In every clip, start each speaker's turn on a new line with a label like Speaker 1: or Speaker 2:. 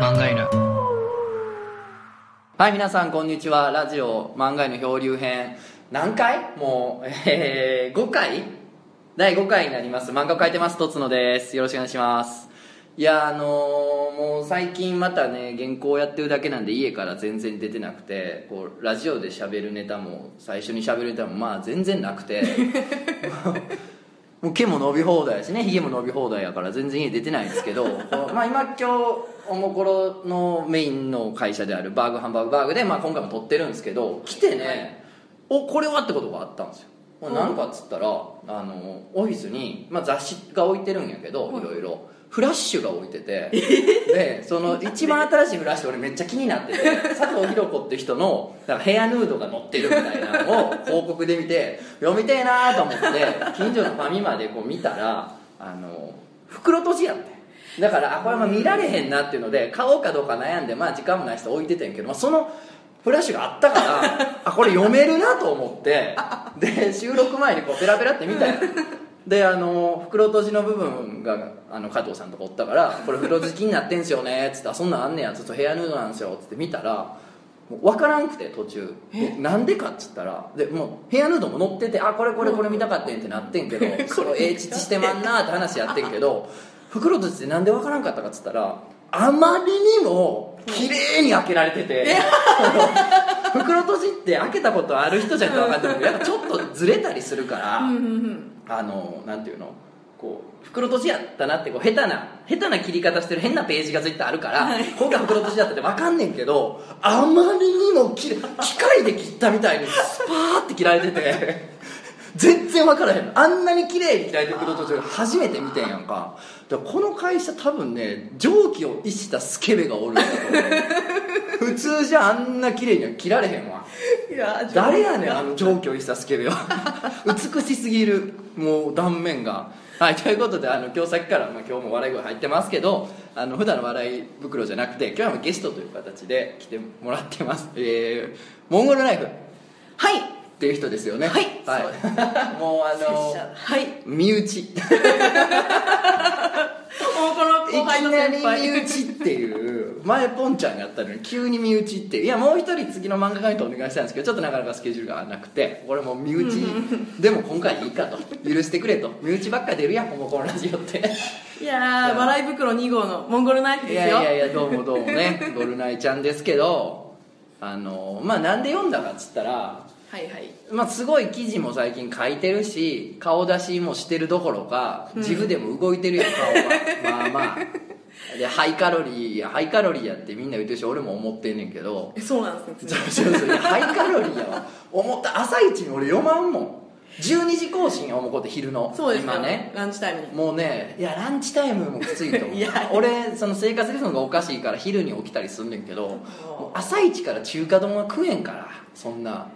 Speaker 1: 漫画犬
Speaker 2: はい、皆さん、こんにちは。ラジオ、漫画への漂流編。何回もう、 えー、5回第5回になります。漫画を描いてます、とつのです。よろしくお願いします。いや、あのーもう最近またね、原稿をやってるだけなんで、家から全然出てなくて、こう、ラジオで喋るネタも、最初に喋るネタも、まあ、全然なくて、もう毛も伸び放題やしねひげも伸び放題やから全然家出てないんですけどこ うまあ今今日おもころのメインの会社であるバーグハンバーグバーグで、まあ、今回も撮ってるんですけど来てね、おこれはってことがあったんですよこれ何かっつったら、あのオフィスに、まあ、雑誌が置いてるんやけど、いろいろフラッシュが置いててでその一番新しいフラッシュ俺めっちゃ気になってて佐藤弘子って人のなんかヘアヌードが載ってるみたいなのを広告で見て読みてえなーと思って近所のファミマでこう見たらあの袋閉じやってだからあこれまあ見られへんなっていうので買おうかどうか悩んでまあ時間もない人置いててんけど、まあ、そのフラッシュがあったからあこれ読めるなと思ってで収録前にこうペラペラって見たよであの袋閉じの部分があの加藤さんとこおったから「これ袋好きになってんすよね」っつってあ「そんなんあんねや」ちょっとヘアヌードなんですよ」っつって見たらもう分からんくて途中なんでかっつったらでもうヘアヌードも載ってて「あこれこれこれ見たかってん」ってなってんけどそれええ乳してまんなって話やってんけど袋閉じってなんで分からんかったかっつったらあまりにも綺麗に開けられてて。袋閉じって開けたことある人じゃないと分かんないけどやっぱちょっとずれたりするから、
Speaker 3: うんうん
Speaker 2: あのなんていうのこう袋閉じやったなってこう下手な下手な切り方してる変なページが絶対あるから、今回袋閉じだったって分かんねんけどあまりにもきれ機械で切ったみたいにスパーって切られてて全然分からへんあんなに綺麗に切られて袋閉じる初めて見てんやんかだからこの会社多分ね蒸気を逸したスケベがおるんだと思う普通じゃあんな綺麗には切られへんわ
Speaker 3: うんいやー
Speaker 2: 誰やねんあの上京したスケベ は美しすぎるもう断面がはいということであの今日さっきから、まあ、今日も笑い声入ってますけどあの普段の笑い袋じゃなくて今日はゲストという形で来てもらってますえー、モンゴルライフっ
Speaker 3: はい
Speaker 2: ていう人ですよね
Speaker 3: はいそうです
Speaker 2: はい、 もうあの
Speaker 3: はい
Speaker 2: 身内
Speaker 3: もうこの後
Speaker 2: い
Speaker 3: 輩
Speaker 2: き
Speaker 3: の
Speaker 2: な
Speaker 3: 先
Speaker 2: り
Speaker 3: 輩
Speaker 2: 身内っていう前ポンちゃんがやったのに急に身内っていういやもう一人次の漫画家にとお願いしたんですけどちょっとなかなかスケジュールが合わなくてこれもう身内でも今回いいかと許してくれと身内ばっか出るやんもうこのラジオって
Speaker 3: いやー笑い袋2号のモンゴルナイフ
Speaker 2: い
Speaker 3: です
Speaker 2: やい
Speaker 3: よ
Speaker 2: やいやどうもどうも ねゴルナイちゃんですけどあのまあなんで読んだかっつったら
Speaker 3: はいはい
Speaker 2: まあ、すごい記事も最近書いてるし顔出しもしてるどころか自負でも動いてるやん顔はまあまあ でハイカロリーやハイカロリーやってみんな言ってるし俺も思ってんねんけ ど
Speaker 3: えそうなんで
Speaker 2: そ
Speaker 3: すね
Speaker 2: うそうそういやハイカロリーやわ思った朝一に俺読まんもん12時更新や思うこと昼の
Speaker 3: そうですよ
Speaker 2: 今ね
Speaker 3: ランチタイムに
Speaker 2: もうねいやランチタイムもきついと思う
Speaker 3: いや
Speaker 2: 俺その生活リズムがおかしいから昼に起きたりすんねんけどもう朝一から中華丼は食えんからそんな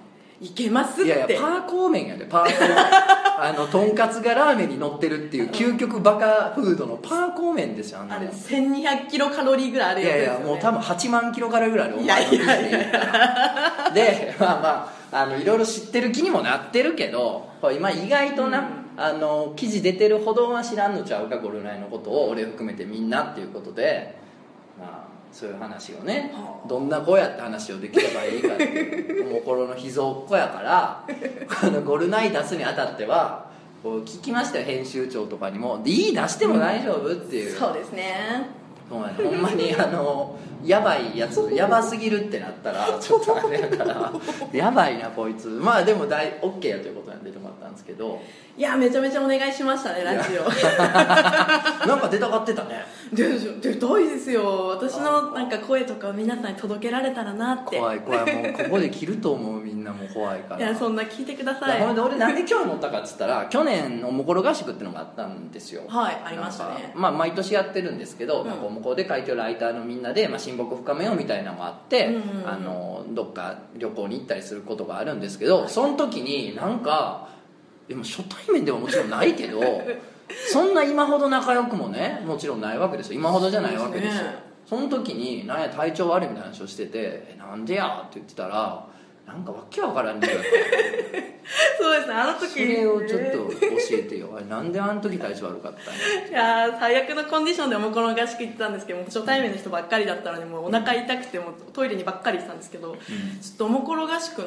Speaker 3: 行けますって
Speaker 2: いやいやパーコーメンやでパ ーコーメンあのとんかつがラーメンに乗ってるっていう究極バカフードのパーコーメンですよあんな
Speaker 3: あ
Speaker 2: の
Speaker 3: の1200キロカロリーぐらいある
Speaker 2: い
Speaker 3: やつ
Speaker 2: やい
Speaker 3: ですよ、ね、
Speaker 2: やもう多分8万キロカロリーぐらいあるお
Speaker 3: いや
Speaker 2: 前の
Speaker 3: いや
Speaker 2: 人生
Speaker 3: いや
Speaker 2: で言ったら でまあまああのいろいろ知ってる気にもなってるけどこれ今意外とな、あの記事出てるほどは知らんのちゃうかゴルナイのことを俺含めてみんなっていうことでまあそういう話をね
Speaker 3: は
Speaker 2: どんな子やって話をできればいいかっていうもうこの秘蔵っ子や からこのゴルナイ出すにあたってはこう聞きましたよ編集長とかにも「いい出しても大丈夫?」っていう
Speaker 3: そうですね
Speaker 2: そうやねほんまにあのやばいやつやばすぎるってなった らちょっとあれやからやばいなこいつまあでも大 OK やということなんで出てもらったんですけど
Speaker 3: いやめちゃめちゃお願いしましたねラジオ
Speaker 2: なんか出たがってたね
Speaker 3: ででたいですよ私のなんか声とかを皆さんに届けられたらなって
Speaker 2: 怖い怖いもうここで切ると思うみんなもう怖いから
Speaker 3: いやそんな聞いてくださ
Speaker 2: い
Speaker 3: い
Speaker 2: やほんで俺なんで今日乗ったかっつったら去年おもころ合宿ってのがあったんですよ
Speaker 3: はいありましたね
Speaker 2: なんかまあ毎年やってるんですけど、
Speaker 3: うん
Speaker 2: なんかおもころで海峡ライターのみんなで、まあ、親睦深めようみたいなのがあって、
Speaker 3: うんうんうん
Speaker 2: あのどっか旅行に行ったりすることがあるんですけどその時になんかでも初対面ではもちろんないけど そんな今ほど仲良くもねもちろんないわけですよ今ほどじゃないわけですよ
Speaker 3: そうですね
Speaker 2: その時に「なんや体調悪い」みたいな話をしてて「えなんでや?」って言ってたらなんかわけわからんね
Speaker 3: そうですねあの時
Speaker 2: それをちょっと教えてよあれなんであの時体調悪かったの
Speaker 3: いやー最悪のコンディションでおもこの合宿行ってたんですけどもう初対面の人ばっかりだったのでもうお腹痛くてもうトイレにばっかり行ってたんですけど、ちょっとおもころ合宿の,、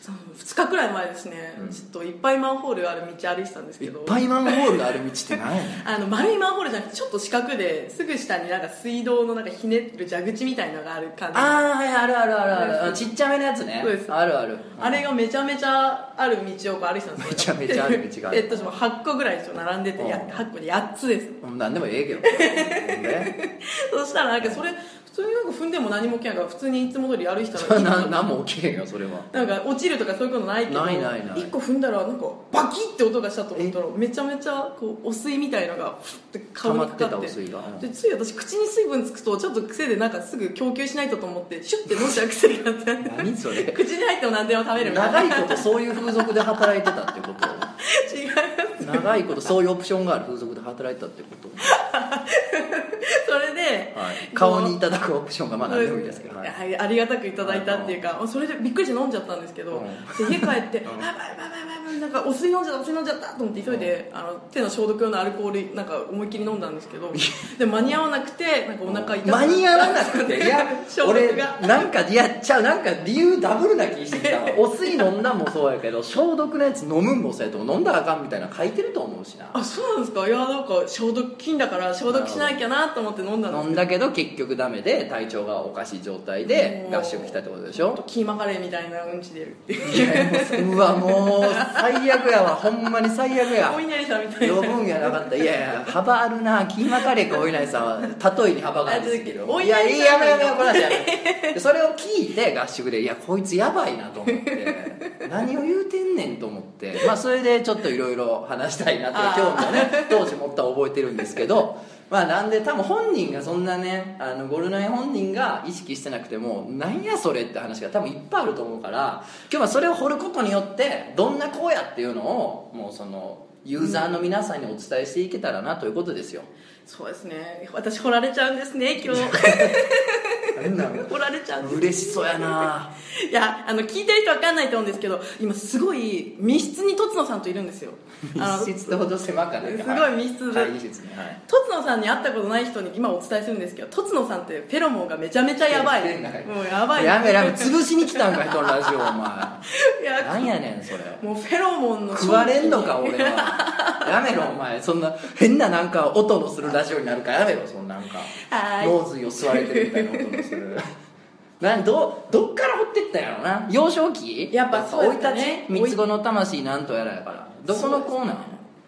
Speaker 3: その2日くらい前ですね、
Speaker 2: うん
Speaker 3: ちょっといっぱいマンホールある道歩いてたんです
Speaker 2: い
Speaker 3: け
Speaker 2: っ
Speaker 3: ど
Speaker 2: ぱいマンホールがある道って何やねん
Speaker 3: あの丸いマンホールじゃなくてちょっと四角ですぐ下になんか水道のなんかひねる蛇口みたいのがある感じ
Speaker 2: ああはいあるあるあるあるあちっちゃめのやつね
Speaker 3: そうです
Speaker 2: あるある
Speaker 3: あれがめちゃめちゃある道をこう歩いてたんですよ
Speaker 2: めちゃめちゃある道がある
Speaker 3: えっと8個ぐらい一応並んでてや
Speaker 2: うん
Speaker 3: 8個で8つです
Speaker 2: うんなんでもええけどほん で
Speaker 3: そしたらなんかそれ普通になんか踏んでも何も起きないから普通にいつも通り歩いてた
Speaker 2: それ
Speaker 3: のに
Speaker 2: な何も起きへんよそれは
Speaker 3: なんか落ちるとかそういうことないけど
Speaker 2: ないないない
Speaker 3: 1個踏んだらなんかバキって音がしたと思ったらめちゃめちゃこうお水みたいのがふって
Speaker 2: 溜
Speaker 3: 顔に
Speaker 2: ま
Speaker 3: か
Speaker 2: ってた
Speaker 3: かっ
Speaker 2: お
Speaker 3: て
Speaker 2: 水が
Speaker 3: でつい私口に水分つくとちょっと癖でなんかすぐ供給しないとと思ってシュッて飲んじゃう癖があって
Speaker 2: 何それ
Speaker 3: 口に入っても何でも食べるみたいな
Speaker 2: 長いことそういう風俗で働いてたってこ
Speaker 3: 違います
Speaker 2: と長いことそういうオプションがある風俗で働いてたってこと
Speaker 3: それで
Speaker 2: はい、顔にいただくオプションがまあ何でもいいですけど、はい、
Speaker 3: はいありがたくいただいたっていうか、それでびっくりして飲んじゃったんですけど、で家帰って「やばいやばいやばいやばい」なんかお水飲んじゃったお水飲んじゃったと思って急いで、あの手の消毒用のアルコールなんか思いっきり飲んだんですけどで間に合わなくてなんかお腹痛くなっ
Speaker 2: 間に合わなく ていや
Speaker 3: 消
Speaker 2: 俺
Speaker 3: 毒が
Speaker 2: なんかいやちゃうなんか理由ダブルな気してきたわ お水飲んだんもそうやけど消毒のやつ飲むんもそうやと思う飲んだらあかんみたいなの書いてると思うしな
Speaker 3: あそうなんですかいやなんか消毒菌だから消毒しなきゃなと思って飲んだんです
Speaker 2: 飲んだけど結局ダメで体調がおかしい状態で
Speaker 3: うん
Speaker 2: 合宿来たってことでし
Speaker 3: ちょっ
Speaker 2: ょ
Speaker 3: とキーマカレーみたいなうんち出るっていう
Speaker 2: いやもううわもう最悪やわほんまに最悪 や
Speaker 3: お稲荷さんみたいな
Speaker 2: 余分やなかったいやいや幅あるなキーマカレーかお稲荷さんは例えに幅があるんですけ
Speaker 3: あ続
Speaker 2: ど
Speaker 3: け
Speaker 2: いやい
Speaker 3: お稲荷
Speaker 2: い
Speaker 3: さ
Speaker 2: や
Speaker 3: んの
Speaker 2: めやめやめこの話やめでそれを聞いて合宿でいやこいつやばいなと思 って何を言うてんねんと思ってまあそれでちょっといろいろ話したいなって
Speaker 3: あー
Speaker 2: 興味をね当時持ったの覚えてるんですけどまあなんで多分本人がそんなねあのゴルナイ本人が意識してなくてもなんやそれって話が多分いっぱいあると思うから今日はそれを掘ることによってどんな子やっていうのをもうそのユーザーの皆さんにお伝えしていけたらなということですよ。
Speaker 3: そうですね私掘られちゃうんですね 今日掘られちゃうんです
Speaker 2: 嬉しそうやない
Speaker 3: やあの聞いてる人わかんないと思うんですけど今すごい密室にとつのさんといるんです よあの
Speaker 2: 密室ほど狭かない
Speaker 3: すごい密室で
Speaker 2: 会議室ねはい
Speaker 3: とつのさんに会ったことない人に今お伝えするんですけどとつのさんってフェロモンがめちゃめちゃやばい
Speaker 2: フェロモンが
Speaker 3: もうや ばい
Speaker 2: やめやめ潰しに来たんかいこのラジオお前
Speaker 3: いや
Speaker 2: なんやねんそれ
Speaker 3: もうフェロモンの
Speaker 2: 食われんのか俺はやめろお前そんな変ななんか音のするラジオになるからやめろそんなんか
Speaker 3: はーい
Speaker 2: 脳髄を吸われてるみたいな音のする なんどどっから掘ってったんやろな幼少期
Speaker 3: やっぱそうです
Speaker 2: 生
Speaker 3: か
Speaker 2: い
Speaker 3: ね
Speaker 2: 立ち三つ子の魂なんとやらやからどこのコーナー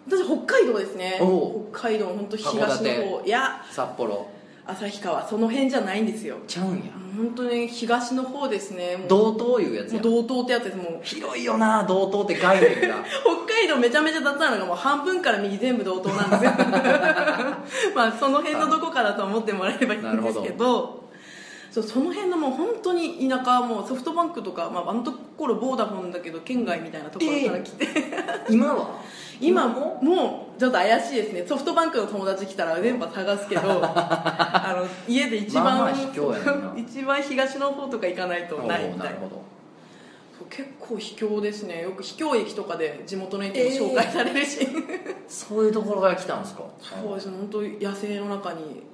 Speaker 3: 私北海道ですね
Speaker 2: おう
Speaker 3: 北海道の本当東の
Speaker 2: 函
Speaker 3: 方いや
Speaker 2: 札幌
Speaker 3: 旭川その辺じゃないんですよ
Speaker 2: ちゃうんや
Speaker 3: 本当に東の方ですねもう
Speaker 2: 同等いうやつ
Speaker 3: もう
Speaker 2: や
Speaker 3: 道東ってやつですもう
Speaker 2: 広いよな同等って概念が
Speaker 3: 北海道めちゃめちゃ雑なのがもう半分から右全部同等なんで すよまあその辺のどこかだと思ってもらえればいいんですけ
Speaker 2: なるほ
Speaker 3: どそうその辺のもう本当に田舎もうソフトバンクとか、まあ、あのところボーダフォンだけど県外みたいなところから来て、
Speaker 2: 今は
Speaker 3: 今ももうちょっと怪しいですねソフトバンクの友達来たら電波探すけど あの家で一番、
Speaker 2: まあまあ卑怯やな
Speaker 3: 一番東の方とか行かないとないみ
Speaker 2: おう
Speaker 3: たい
Speaker 2: なる
Speaker 3: な
Speaker 2: ほど
Speaker 3: そう結構秘境ですねよく秘境駅とかで地元の駅も紹介される し、
Speaker 2: そういうところから来たんですか
Speaker 3: そうですね本当野生の中に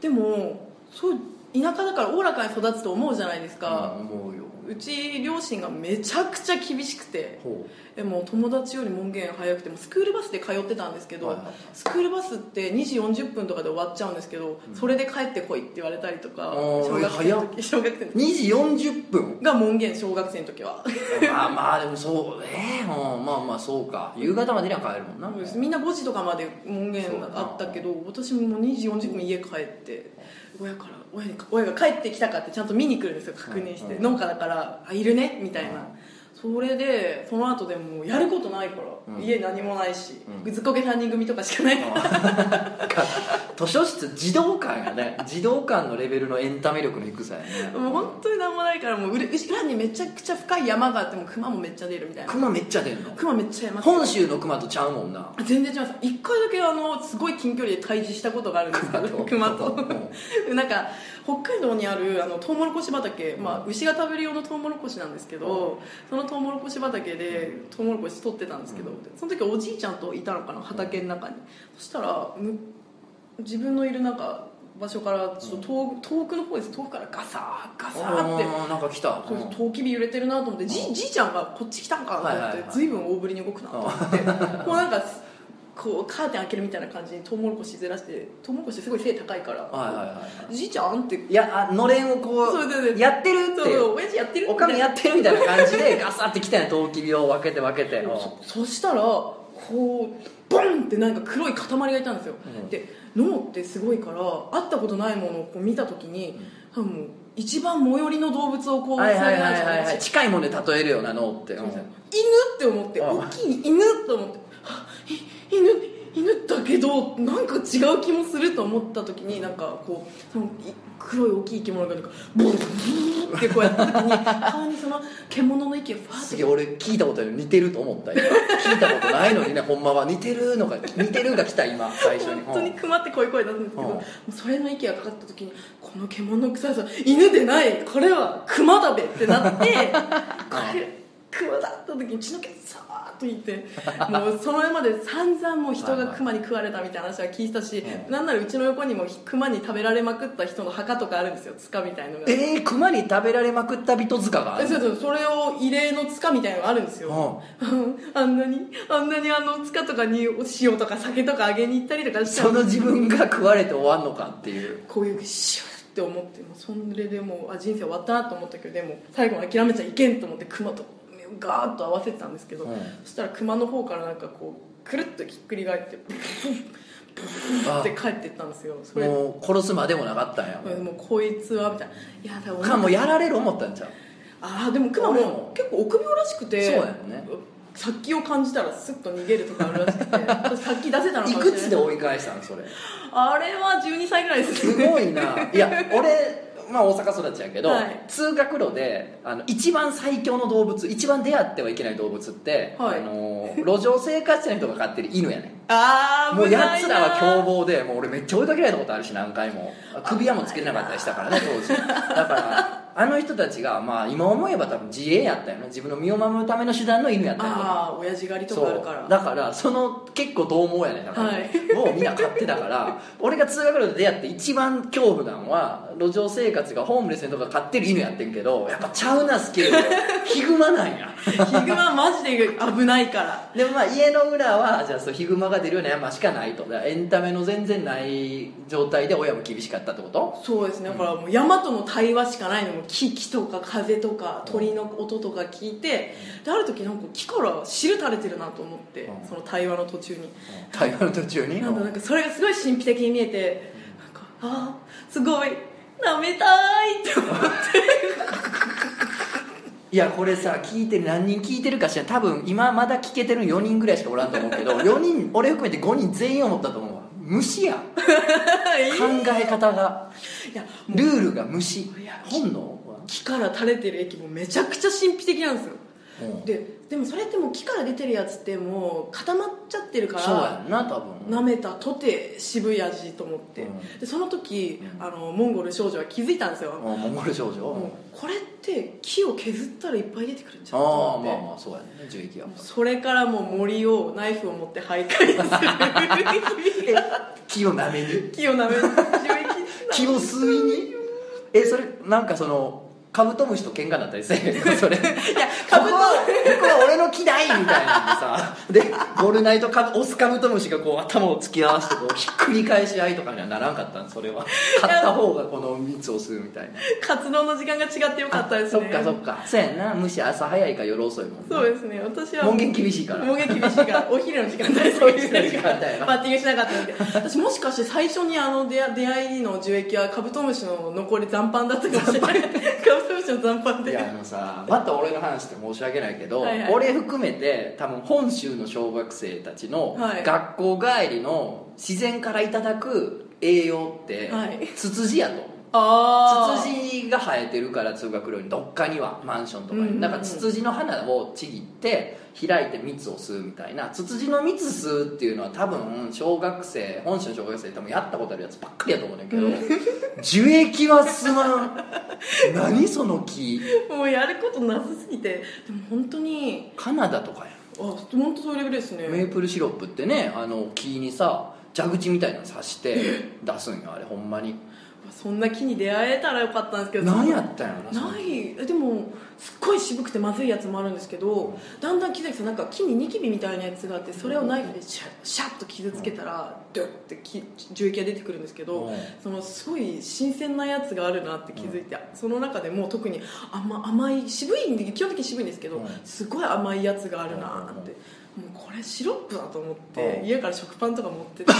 Speaker 3: でもそう田舎だからおおらかに育つと思うじゃないです
Speaker 2: あ
Speaker 3: か、
Speaker 2: 思うよ
Speaker 3: うち両親がめちゃくちゃ厳しくて
Speaker 2: ほ
Speaker 3: でも友達より門限早くてもうスクールバスで通ってたんですけど、
Speaker 2: はいはいはい
Speaker 3: スクールバスって2時40分とかで終わっちゃうんですけど、それで帰ってこいって言われたりとか
Speaker 2: あー
Speaker 3: 小学生の時小学生の
Speaker 2: う2時40分
Speaker 3: 時が門限小学生の時は
Speaker 2: まあまあでもそうええうんまあまあそうか夕方までには帰るもんな
Speaker 3: そうですみんな5時とかまで門限あったけど私も2時40分家帰って親から親に親が帰ってきたかってちゃんと見に来るんですよ確認して、
Speaker 2: うん
Speaker 3: 農家だから「あいるね」みたいな、それでその後でもうやることないから、
Speaker 2: うん
Speaker 3: 家何もないし、
Speaker 2: うん
Speaker 3: ずっこけ3人組とかしかないから、
Speaker 2: あか図書室児童館やね児童館のレベルのエンタメ力の低さやね
Speaker 3: もう本当に何もないからもう裏裏にめちゃくちゃ深い山があっても熊もめっちゃ出るみたいな
Speaker 2: 熊めっちゃ出んの
Speaker 3: 熊めっちゃいます
Speaker 2: 本州の熊とちゃうもんな
Speaker 3: 全然違います一回だけあのすごい近距離で対峙したことがあるんですけど
Speaker 2: 熊
Speaker 3: 熊
Speaker 2: と
Speaker 3: と なんか北海道にあるあのトウモロコシ畑、まあ、牛が食べる用のトウモロコシなんですけどそのトウモロコシ畑でトウモロコシ取ってたんですけどその時おじいちゃんといたのかな畑の中にそしたらむ自分のいるなんか場所からちょっと遠遠くの方です遠くからガサーガサーって
Speaker 2: あーなんか来た、
Speaker 3: そうそうとうきび揺れてるなと思ってじじいちゃんがこっち来たんかなと思
Speaker 2: はい
Speaker 3: っ
Speaker 2: はい
Speaker 3: て
Speaker 2: はい
Speaker 3: 随分大ぶりに動くなと思ってこうなんかこうカーテン開けるみたいな感じにトウモロコシずらしてトウモロコシすごい背高いから
Speaker 2: はいはいはい
Speaker 3: じいちゃんって
Speaker 2: いやあのれんをこう
Speaker 3: そうそうそう
Speaker 2: やってるっ
Speaker 3: そう
Speaker 2: て
Speaker 3: 親父やってる
Speaker 2: おかみやってるみたいな感じ でガサって来たんやとうきびを分けて分けて
Speaker 3: そそしたらこうボンってなんか黒い塊がいたんですよ、
Speaker 2: うん
Speaker 3: で脳ってすごいから会ったことないものをこう見た時に、多分もう一番最寄りの動物をこう
Speaker 2: はいはい
Speaker 3: つ
Speaker 2: は
Speaker 3: なげ
Speaker 2: い
Speaker 3: な
Speaker 2: はいい、はい、近いもので例えるような脳って、うん
Speaker 3: 犬って思って
Speaker 2: うん
Speaker 3: 大きい犬と思ってはっい犬犬だけどなんか違う気もすると思った時になんかこうそのい黒い大きい生き物がなんかブーブーってこうやった時 に顔にその獣の息がファーっ
Speaker 2: す
Speaker 3: て
Speaker 2: げえ俺聞いたことある似てると思った 今聞いたことないのにねほんまは似てるのが似てるが来た 今最初に
Speaker 3: 本当に
Speaker 2: うん
Speaker 3: 熊ってこういう声出すんですけど、
Speaker 2: うん
Speaker 3: もうそれの息がかかった時にこの獣の臭さ犬でないこれは熊だべってなって これ熊だった時に血の毛さーっといってもうそのまで散々もう人が熊に食われたみたいな話は聞いたし、
Speaker 2: うん
Speaker 3: なんならうちの横にも熊に食べられまくった人の墓とかあるんですよ塚みたいのが。
Speaker 2: えー、熊に食べられまくった人塚があ
Speaker 3: え
Speaker 2: る
Speaker 3: そうそうそれを異例の塚みたいのがあるんですよ、あんなにあんなにあの塚とかにお塩とか酒とかあげに行ったりとかした
Speaker 2: その自分が食われて終わんのかっていう
Speaker 3: こういうシューって思ってもうそれでもうあ人生終わったなと思ったけどでも最後まで諦めちゃいけんと思って熊とガーッと合わせてたんですけど、
Speaker 2: うん
Speaker 3: そしたら熊の方からなんかこうくるっとひっくり返ってブン
Speaker 2: あ
Speaker 3: って帰ってった んですよそれで
Speaker 2: もう殺すまでもなかったんや
Speaker 3: もうこいつはみたいないやだお
Speaker 2: か
Speaker 3: 腹
Speaker 2: もうやられる思ったんちゃう
Speaker 3: ああでも熊
Speaker 2: 俺も
Speaker 3: も結構臆病らしくて
Speaker 2: そうやろね
Speaker 3: 殺気を感じたらスッと逃げるとかあるらし くて私殺気出せたのか
Speaker 2: い
Speaker 3: もし
Speaker 2: く
Speaker 3: れ
Speaker 2: つ
Speaker 3: な
Speaker 2: で
Speaker 3: い
Speaker 2: 追い返したんそれ
Speaker 3: あれは12歳ぐらいです
Speaker 2: す
Speaker 3: ね
Speaker 2: ごいないや俺まあ大阪育ちやけど、
Speaker 3: はい
Speaker 2: 通学路であの一番最強の動物一番出会ってはいけない動物って、
Speaker 3: はい
Speaker 2: あの路上生活者の人が飼ってる犬やね
Speaker 3: ああ
Speaker 2: もうやつらは凶暴でもう俺めっちゃ追いかけられたことあるし何回も首輪もつけれなかったりしたからね当時だからあの人たちが、まあ、今思えば多分自衛やったよね自分の身を守るための手段の犬やったよね
Speaker 3: ああ親父狩りと
Speaker 2: そ
Speaker 3: かある
Speaker 2: う
Speaker 3: から
Speaker 2: だからその結構どう猛やねだから、
Speaker 3: はい
Speaker 2: もうみんな買ってたから 俺が通学路で出会って一番恐怖なんは路上生活がホームレスのとか買ってる犬やってんけどやっぱちゃうなスケール がヒグマなんや
Speaker 3: ヒグママジで危ないから
Speaker 2: でもまあ家の裏はじゃあそうヒグマが出るような山しかないとだからエンタメの全然ない状態で親も厳しかったってこと
Speaker 3: そうですねだからもう山との対話しかないのも木木とか風とか鳥の音とか聞いてである時なんか木から汁垂れてるなと思って
Speaker 2: うん
Speaker 3: その対話の途中に
Speaker 2: 会話の途中に
Speaker 3: なんだなんかそれがすごい神秘的に見えてなんかああすごい舐めたいって思って
Speaker 2: いやこれさ聞いてる何人聞いてるかしら多分今まだ聞けてる4人ぐらいしかおらんと思うけど4 人俺含めて5人全員思ったと思う わ虫や考え方が
Speaker 3: いやも
Speaker 2: ルールが虫
Speaker 3: いや
Speaker 2: 本能
Speaker 3: う木から垂れてる液もめちゃくちゃ神秘的なんですよ
Speaker 2: うん
Speaker 3: ででもそれってもう木から出てるやつってもう固まっちゃってるから
Speaker 2: そうやんな多
Speaker 3: 舐
Speaker 2: 分
Speaker 3: めたとて渋い味と思って、
Speaker 2: うん
Speaker 3: でその時
Speaker 2: うん
Speaker 3: あのモンゴル少女は気づいたんですよ、
Speaker 2: うんモンゴル少女
Speaker 3: もうこれって木を削ったらいっぱい出てくるんじゃんと
Speaker 2: ああ
Speaker 3: 思って
Speaker 2: まあまあそうやね樹液や
Speaker 3: もうそれからもう森をナイフを持って徘徊する
Speaker 2: 木を舐めに
Speaker 3: 木を舐める
Speaker 2: 木を吸いにえそれなんかそのカブトムシと喧嘩になったり せえへんのそれ
Speaker 3: いやカブ
Speaker 2: ここはここは俺の木だいみたいなのでさでゴルナイトカブオスカブトムシがこう頭を突き合わせて こうひっくり返し合いとかにはならんかったんそれは買った方がこの蜜を吸うみたいな
Speaker 3: 活動の時間が違ってよかったですね
Speaker 2: そっかそっかそうやんな虫朝早いか夜遅いもんね
Speaker 3: そうですね私は
Speaker 2: 門限厳しいから
Speaker 3: もげ厳しいからお昼の時間帯
Speaker 2: そういう時間帯は
Speaker 3: バッティングしなかったんで私もしかして最初にあの出会出会いの樹液はカブトムシの残り残飯だったかもしれないカブトムシの残飯
Speaker 2: い
Speaker 3: で
Speaker 2: やあのさまた俺の話って申し訳ないけど、
Speaker 3: はいはい
Speaker 2: 俺含めて多分本州の小学生たちの
Speaker 3: はい
Speaker 2: 学校帰りの自然からいただく栄養って
Speaker 3: はい
Speaker 2: ツツジやと、
Speaker 3: ああ
Speaker 2: ツツジが生えてるから通学路にどっかにはマンションとかに、
Speaker 3: うんうんうん
Speaker 2: だからツツジの花をちぎって開いて蜜を吸うみたいなツツジの蜜吸うっていうのは多分小学生本州の小学生で多分やったことあるやつばっかりやと思うねんだけど、樹液は吸わん何その木
Speaker 3: もうやることなさすぎてでも本当に
Speaker 2: カナダとかや
Speaker 3: あ本当そういうレベルですね
Speaker 2: メープルシロップってねあの木にさ蛇口みたいなの刺して出すんよあれほんまに
Speaker 3: そんな木に出会えたらよかったんですけど
Speaker 2: 何やったんやろその
Speaker 3: ないえでもすっごい渋くてまずいやつもあるんですけどだんだん木崎さんなんか木にニキビみたいなやつがあってそれをナイフでシャッシャッと傷つけたらドゥッてき樹液が出てくるんですけど
Speaker 2: うん
Speaker 3: そのすごい新鮮なやつがあるなって気づいてその中でもう特に甘甘い渋いんで基本的に渋いんですけ
Speaker 2: う
Speaker 3: ど
Speaker 2: ん
Speaker 3: すごい甘いやつがあるなってもうこれシロップだと思って
Speaker 2: うん
Speaker 3: 家から食パンとか持ってって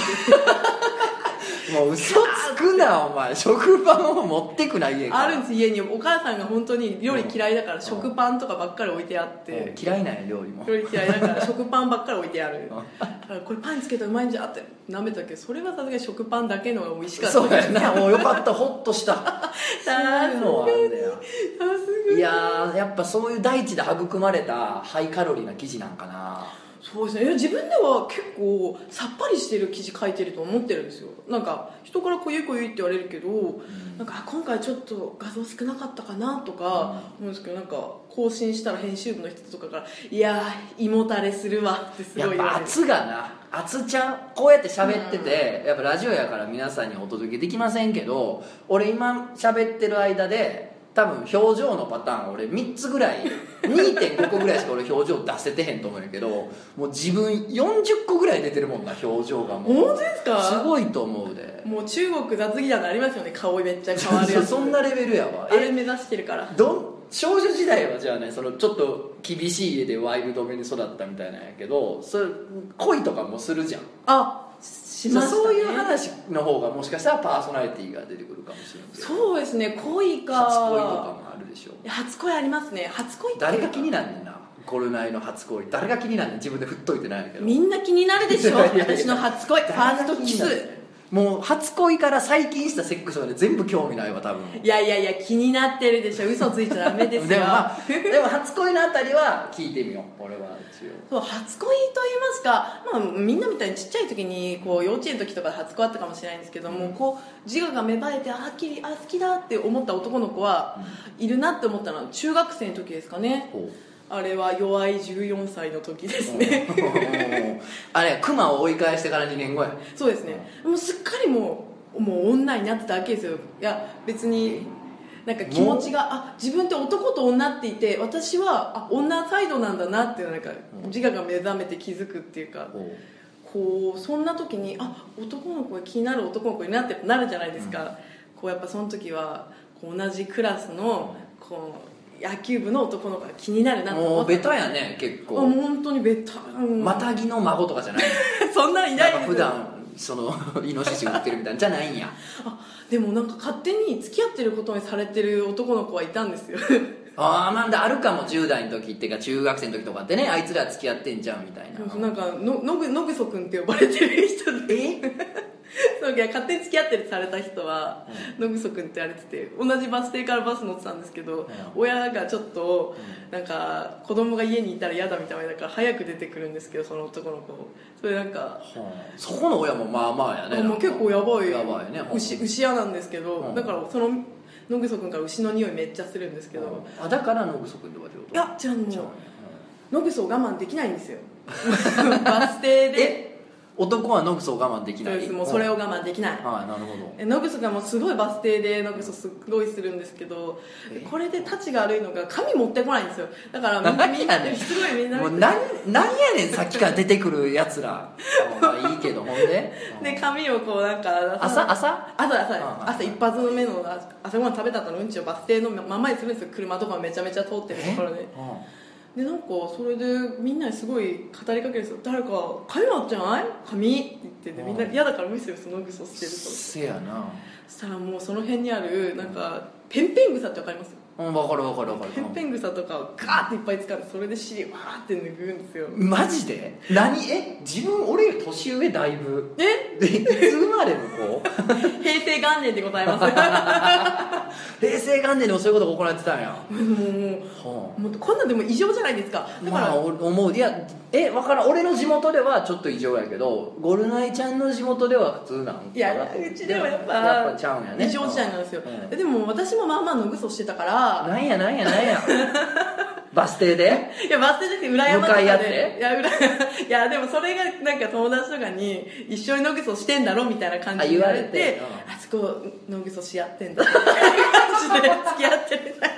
Speaker 2: もう嘘つくなお前食パンを持ってくな家から
Speaker 3: あるんです家にお母さんが本当に料理嫌いだから食パンとかばっかり置いてあって
Speaker 2: 嫌いなんや料理も
Speaker 3: 料理嫌いだから食パンばっかり置いてある
Speaker 2: あ
Speaker 3: だからこれパンにつけたらうまいんじゃって舐めたけどそれはさすがに食パンだけのが美味しかった
Speaker 2: そうやなもうよかったホッとしたそういうのはあんだよ
Speaker 3: あすごい
Speaker 2: いやーやっぱそういう大地で育まれたハイカロリーな生地なんかな
Speaker 3: そうですねいや自分では結構さっぱりしてる記事書いてると思ってるんですよなんか人から「こゆいこゆい」って言われるけど、なんかあ今回ちょっと画像少なかったかなとか思うんですけどなんか更新したら編集部の人とかから「いやー胃もたれするわ」ってす
Speaker 2: や
Speaker 3: ご
Speaker 2: っ
Speaker 3: い言わ
Speaker 2: ぱ
Speaker 3: れる
Speaker 2: 圧がな圧ちゃんこうやって喋ってて、やっぱラジオやから皆さんにお届けできませんけど俺今喋ってる間で多分表情のパターン俺3つぐら い2.5個ぐらいしか俺表情出せてへんと思うんやけどもう自分40個ぐらい出てるもんな表情がもう
Speaker 3: 本当ですか
Speaker 2: すごいと思うで
Speaker 3: もう中国雑技団のありますよね顔めっちゃ変わるやつ
Speaker 2: そんなレベルやわ
Speaker 3: あ
Speaker 2: え
Speaker 3: れ目指してるから
Speaker 2: どん少女時代はじゃあねそのちょっと厳しい家でワイルドめに育ったみたいなんやけどそれ恋とかもするじゃん
Speaker 3: あししました、ね、
Speaker 2: そういう話の方がもしかしたらパーソナリティが出てくるかもしれない
Speaker 3: そうですね恋か
Speaker 2: 初恋とかもあるでしょ
Speaker 3: いや初恋ありますね初恋っていうか
Speaker 2: 誰が気になんねんなコルナイの初恋誰が気になんねん自分で振っといてないけど
Speaker 3: みんな気にな るでしょ
Speaker 2: いやいやいや
Speaker 3: 私の初恋ファーストキス
Speaker 2: 誰が気になんねんもう初恋から最近したセックスまで全部興味ないわ多分
Speaker 3: いやいやいや気になってるでしょ嘘ついちゃダメですよ
Speaker 2: もまあ でも初恋のあたりは聞いてみよう俺は一応
Speaker 3: そう初恋と言いますか、まあ、みんなみたいにちっちゃい時にこう幼稚園の時とかで初恋あったかもしれないんですけども、こう自我が芽生えてあはっきりあ好きだって思った男の子はいるなって思ったのは中学生の時ですかね
Speaker 2: ほう
Speaker 3: あれは弱い14歳の時ですね
Speaker 2: あれクマを追い返してから2年後や
Speaker 3: そうですねもうすっかりもうもう女になってたわけですよいや別になんか気持ちがあ自分って男と女っていて私はあ女サイドなんだなっていうなんか自我が目覚めて気づくっていうかこうそんな時にあ男の子が気になる男の子になってなるじゃないですか、こうやっぱその時はこう同じクラスのこう野球部の男の子が気になるなと
Speaker 2: も
Speaker 3: 思
Speaker 2: う
Speaker 3: って
Speaker 2: ベタやね結
Speaker 3: あ
Speaker 2: 構
Speaker 3: もう本当にベタ、うん
Speaker 2: マタギの孫とかじゃない
Speaker 3: そんなんいな
Speaker 2: ないん
Speaker 3: で
Speaker 2: か
Speaker 3: す
Speaker 2: 普段その イノシシ売ってるみたいなんじゃないん や
Speaker 3: あでもなんか勝手に付き合ってることにされてる男の子はいたんですよ
Speaker 2: ああまあであるかも10代の時っていうか中学生の時とかってねあいつら付き合ってんじゃんみたいな
Speaker 3: なんかののぐのぐそくんって呼ばれてる人で
Speaker 2: え
Speaker 3: そういや勝手に付き合ってるされた人は、野ぐそくんって言われてて同じバス停からバス乗ってたんですけど、親がちょっと、なんか子供が家にいたら嫌だみたいだから早く出てくるんですけどその男の子それなんか、
Speaker 2: そこの親もまあまあやね
Speaker 3: もう結構やばい
Speaker 2: やばいね
Speaker 3: 牛牛屋なんですけど、
Speaker 2: うん
Speaker 3: だからその野ぐそくんから牛の匂いめっちゃするんですけど、
Speaker 2: うんあだからノグソ君とかってこと
Speaker 3: いやじゃあも
Speaker 2: 違うんや
Speaker 3: う野ぐそを我慢できないんですよ バス停
Speaker 2: うん
Speaker 3: で
Speaker 2: え男はノグソを我慢でき
Speaker 3: そ
Speaker 2: な
Speaker 3: う
Speaker 2: い
Speaker 3: ですもうそれを我慢できない
Speaker 2: はいなるほど
Speaker 3: え野草がもうすごいバス停で野草すっごいするんですけど
Speaker 2: え
Speaker 3: これで立ちが悪いのが紙持ってこないんですよだからみんなみん
Speaker 2: 何やね
Speaker 3: なんすごいみんな
Speaker 2: もうなんなんやねんさっきから出てくるやつ らまあいいけどほんで
Speaker 3: で紙をこうなんか
Speaker 2: 朝朝
Speaker 3: 朝朝です
Speaker 2: あああ
Speaker 3: 朝一発目の朝ごはん食べた後のうんちをバス停のまんまにするんですよ車とかめちゃめちゃ通ってるところででなんかそれでみんなにすごい語りかけるんですよ誰か紙持ってない紙って言っててみんな嫌だから無視するんですよ野草してると
Speaker 2: せやな
Speaker 3: そしたらもうその辺にあるなんかペンペン草ってわかります
Speaker 2: うん分かる分かる分か
Speaker 3: ペ
Speaker 2: る
Speaker 3: ンペン草とかをガーっていっぱい使ってそれで尻わーって拭うんですよ
Speaker 2: マジで何え自分俺より年上だいぶ
Speaker 3: え
Speaker 2: でいつ生まれの子
Speaker 3: 平成元年でございます
Speaker 2: 平成元年でもそういうことが行われてたんや、
Speaker 3: もうも
Speaker 2: は
Speaker 3: うもうこんなんでも異常じゃないですか
Speaker 2: あ
Speaker 3: だから、
Speaker 2: まあお思ういやえわからん俺の地元ではちょっと異常やけどゴルナイちゃんの地元では普通なんかない
Speaker 3: やうちではやっぱ
Speaker 2: やっぱちゃうんやね
Speaker 3: 異常事態なんですよ、
Speaker 2: うん
Speaker 3: でも私もまあまあのぐそしてたから
Speaker 2: なんやなんやなん やバス停で
Speaker 3: いやバス停です裏山とか
Speaker 2: 向か
Speaker 3: で
Speaker 2: い合って
Speaker 3: いや裏 いやでもそれがなんか友達とかに「一緒にのぐそしてんだろ」みたいな感じで
Speaker 2: あ言
Speaker 3: 言
Speaker 2: わ
Speaker 3: わ
Speaker 2: れ
Speaker 3: れ
Speaker 2: て
Speaker 3: て
Speaker 2: う
Speaker 3: あそこのぐそし合ってんだみたいな感じで付き合ってるみたいな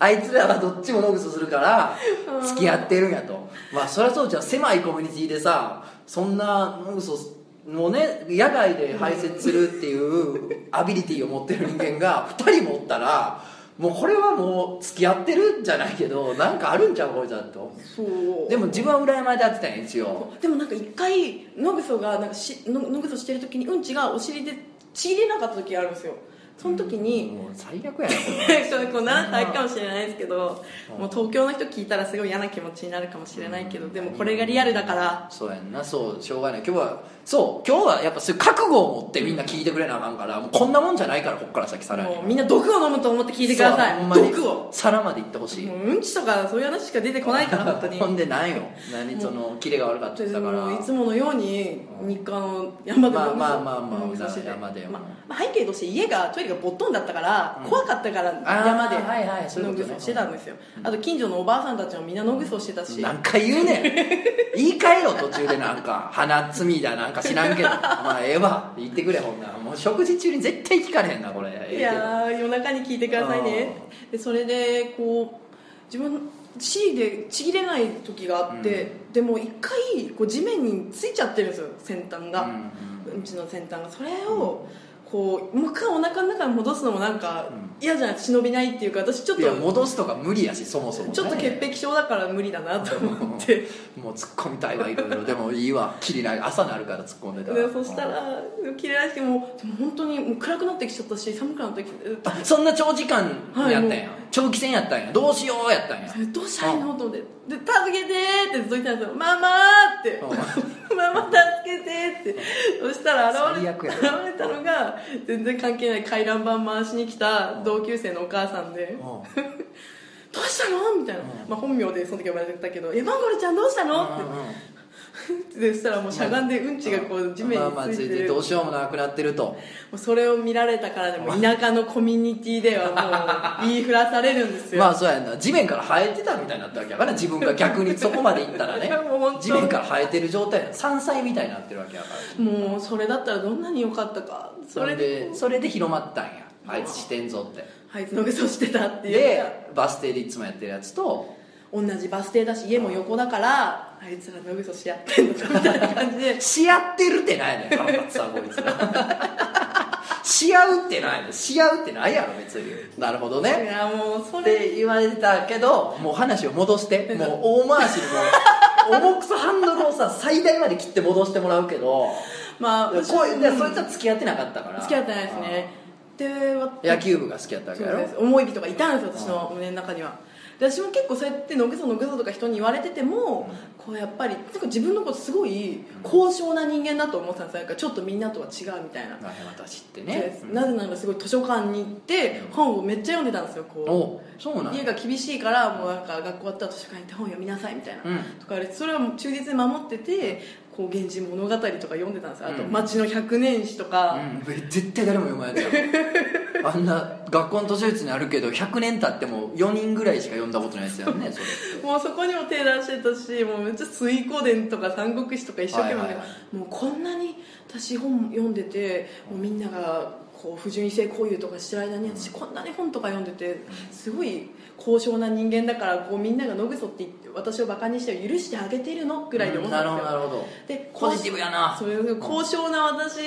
Speaker 2: あいつらはどっちもノグソするから
Speaker 3: うん
Speaker 2: 付き合ってるんやとまあそりゃそうじゃん狭いコミュニティでさそんなノグソをね野外で排泄するって いうアビリティを持ってる人間が2人もおったらもうこれはもう付き合ってるんじゃないけどなんかあるんちゃうこいつだと
Speaker 3: そう
Speaker 2: でも自分は裏山でやってたんや一応
Speaker 3: でもなんか一回のぐそがなんかしののぐそしてる時にうんちがお尻でちぎれなかった時があるんですよその時に、
Speaker 2: もう最悪やなこれ
Speaker 3: そうこうならないかもしれないですけど、 もう東京の人聞いたらすごい嫌な気持ちになるかもしれないけど、でもこれがリアルだから、
Speaker 2: そうやんなそうしょうがない今日はそう今日はやっぱそういう覚悟を持ってみんな聞いてくれなあかんからもうこんなもんじゃないからこっから先さらに
Speaker 3: もうみんな毒を飲むと思って聞いてくださ
Speaker 2: そう
Speaker 3: い
Speaker 2: ほんまに
Speaker 3: 毒を
Speaker 2: 皿まで行ってほしい
Speaker 3: もううんちとかそういう話しか出てこな いから本当に
Speaker 2: ほんでないよ何そのキレが悪かった
Speaker 3: で
Speaker 2: から
Speaker 3: もいつものように日課の山で
Speaker 2: まあまあまあまあ
Speaker 3: うんそして
Speaker 2: 山で
Speaker 3: まあまあ背景として家がトイレがボットンだったから、怖かったから
Speaker 2: あー
Speaker 3: 山で
Speaker 2: はいはいそういう
Speaker 3: 野
Speaker 2: こと
Speaker 3: ぐ
Speaker 2: ね
Speaker 3: そしてたんですよあと近所のおばあさんたちもみんな野ぐそしてたし、
Speaker 2: 何回言う ねん言い換えろ途中でなんか鼻摘みだなんか知らんけどまあええわ言ってくれほんならもう食事中に絶対聞かれへんなこれ
Speaker 3: いやー夜中に聞いてくださいねでそれでこう自分 C でちぎれない時があって、でも一回こう地面についちゃってるんですよ先端が、
Speaker 2: うん
Speaker 3: うんちの先端がそれをこうもう一回お腹の中に戻すのもなんか
Speaker 2: うん
Speaker 3: 嫌じゃない忍びないっていうか私ちょっ
Speaker 2: いや
Speaker 3: と
Speaker 2: 戻すとか無理やしそもそもね、
Speaker 3: ちょっと潔癖症だから無理だなと思ってで
Speaker 2: もう突っ込みたいわいろいろでもいいわ切りない朝なるから突っ込んでたら
Speaker 3: そしたら切れなくてもでも本当にもう暗くなってきちゃったし寒くなってきて
Speaker 2: あそんな長時間やったん
Speaker 3: はい
Speaker 2: や、長期戦やったんやどうしようやったんや
Speaker 3: えどうしたらいいのと思って「で助けて!」ってずっと言ってたんですよ「ママ!」って「 ママ助けて!」ってそしたら現
Speaker 2: 最
Speaker 3: れ
Speaker 2: 悪や
Speaker 3: 現れたのが全然関係ない回覧板回しに来た同級生のお母さんで
Speaker 2: うん
Speaker 3: 「どうしたの?」みたいな、まあ、本名でその時呼ばれてたけど「えマンゴルちゃんどうしたの?」ってでそしたらもうしゃがんでうんちがこう地面
Speaker 2: まあ
Speaker 3: に
Speaker 2: まあ
Speaker 3: つ
Speaker 2: つ
Speaker 3: い
Speaker 2: い
Speaker 3: て
Speaker 2: て
Speaker 3: る
Speaker 2: ど
Speaker 3: も
Speaker 2: うしようもなくなってると
Speaker 3: うそれを見られたからでも田舎のコミュニティではもう言いふらされるんですよ、
Speaker 2: まあそうやんな地面から生えてたみたいになったわけやから自分が逆にそこまで行ったらね
Speaker 3: いやもう本当
Speaker 2: 地面から生えてる状態や山菜みたいになってるわけやから
Speaker 3: もうそれだったらどんなに良かったか
Speaker 2: そ
Speaker 3: それ
Speaker 2: れ
Speaker 3: で
Speaker 2: でそれで広まったんやあいつしてんぞって
Speaker 3: あいつのぐそしてたっていうの
Speaker 2: で
Speaker 3: が
Speaker 2: バス停でいつもやってるやつと
Speaker 3: 同じバス停だし家も横だからあいつらのぐそし合ってんのかみたいな感じ で
Speaker 2: し合ってるってないねん腹立つさこいつらし合うってないねんし合うってないやろ別になるほどね
Speaker 3: いやもうそ
Speaker 2: っ
Speaker 3: れ
Speaker 2: て言われたけどもう話を戻してもう大回しにもう重くそハンドルをさ最大まで切って戻してもらうけど
Speaker 3: まあ
Speaker 2: こういやそいつは付き合ってなかったから
Speaker 3: 付き合ってないですねでわ
Speaker 2: うん野球部が好きやったわけ
Speaker 3: そう
Speaker 2: やろ
Speaker 3: です思い火とかいたんですよ私の胸の中にはで私も結構そうやってのぐそのぐそとか人に言われてても、こうやっぱりなんか自分のことすごい高尚な人間だと思ってたんですよなんかちょっとみんなとは違うみたいな、
Speaker 2: なへまた知って
Speaker 3: で
Speaker 2: ね
Speaker 3: す
Speaker 2: うん
Speaker 3: なぜならすごい図書館に行って本をめっちゃ読んでたんですよこう
Speaker 2: おそうなんや
Speaker 3: 家が厳しいからもうなんか学校終わったら図書館行って本読みなさいみたいな、
Speaker 2: うん
Speaker 3: とかあれそれはもう忠実に守ってて「こう源氏物語」とか読んでたんですよあと
Speaker 2: う
Speaker 3: 「
Speaker 2: ん
Speaker 3: 町の百年史」とか、
Speaker 2: うん、え絶対誰も読まないやつやんあんな学校の図書室にあるけど100年経っても4人ぐらいしか読んだことないやつやんねそれ
Speaker 3: もうそこにも手出してたしもうめっちゃ「水湖伝」とか「三国志」とか一生懸命、
Speaker 2: はいはいは
Speaker 3: もうこんなに私本読んでてもうみんなが。こう不純異性交友とかしてる間に私こんなに本とか読んでてすごい高尚な人間だからこうみんなが「のぐそ」って言って私をバカにして許してあげてるのぐらいで思ってた
Speaker 2: なんるほ
Speaker 3: で
Speaker 2: どな
Speaker 3: すよ
Speaker 2: るほど
Speaker 3: で
Speaker 2: ポジティブやな
Speaker 3: そういう高尚な私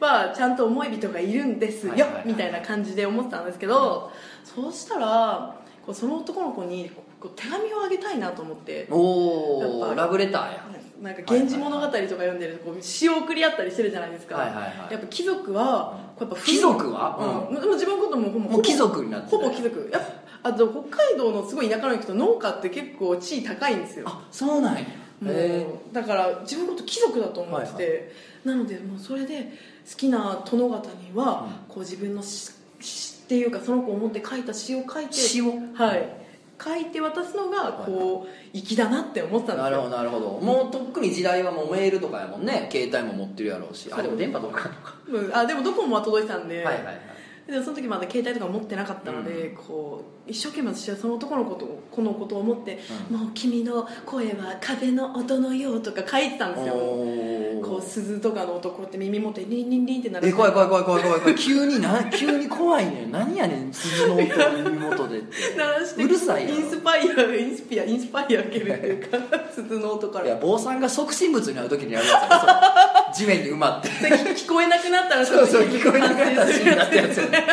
Speaker 3: はちゃんと思い人がいるんですよ、
Speaker 2: はいはいはい
Speaker 3: みたいな感じで思ってたんですけど、そうしたらこうその男の子にこう手紙をあげたいなと思って、
Speaker 2: お
Speaker 3: やっ
Speaker 2: お
Speaker 3: ぱ
Speaker 2: ラブレターや
Speaker 3: なんか「源氏物語」とか読んでるとこう詩を送り合ったりしてるじゃないですか、
Speaker 2: はいはいはい
Speaker 3: やっぱ貴族はこうやっぱ
Speaker 2: 貴族は
Speaker 3: うん、もう自分のこともほぼ
Speaker 2: もう貴族になってた
Speaker 3: ほぼ貴族やっぱあと北海道のすごい田舎の人農家って結構地位高いんですよ
Speaker 2: あそうなんや
Speaker 3: も
Speaker 2: へ
Speaker 3: うだから自分のこと貴族だと思ってて、
Speaker 2: はい
Speaker 3: なのでもうそれで好きな殿方には、こう自分の詩詩っていうかその子を思って書いた詩を書いて
Speaker 2: 詩を
Speaker 3: はい書いて渡すのがこう粋だなって思ってたんで
Speaker 2: な
Speaker 3: す
Speaker 2: る
Speaker 3: よ
Speaker 2: ほどなるほどもうとっくに時代はもうメールとかやもんね携帯も持ってるやろうしあでも電波とかのか
Speaker 3: うんあでもドコモは届いてたんで、
Speaker 2: はいはいはい
Speaker 3: でもその時まだ携帯とか持ってなかったので、こう一生懸命私はその男のことをこのことを思って、
Speaker 2: うん
Speaker 3: もう君の声は風の音のようとか書いてたんですよこ
Speaker 2: お
Speaker 3: う鈴とかの音こうやって耳元にリンリンリンって鳴ら
Speaker 2: え
Speaker 3: して
Speaker 2: 怖い怖い怖い怖い怖い怖い急にな 急に怖いねん何やねん鈴の音の耳元でって
Speaker 3: 鳴らして
Speaker 2: うるさい
Speaker 3: イ
Speaker 2: や
Speaker 3: ン
Speaker 2: ろ
Speaker 3: スパイアインスピアインスパイア受けるっていうか鈴の音か
Speaker 2: いや
Speaker 3: ら
Speaker 2: 坊さんが即身仏に会う時にやるやつやろそれ地面に埋 まって
Speaker 3: 聞こえなくなったら
Speaker 2: そうそう聞こえなくなったら死ん
Speaker 3: 反省する
Speaker 2: だってやつやね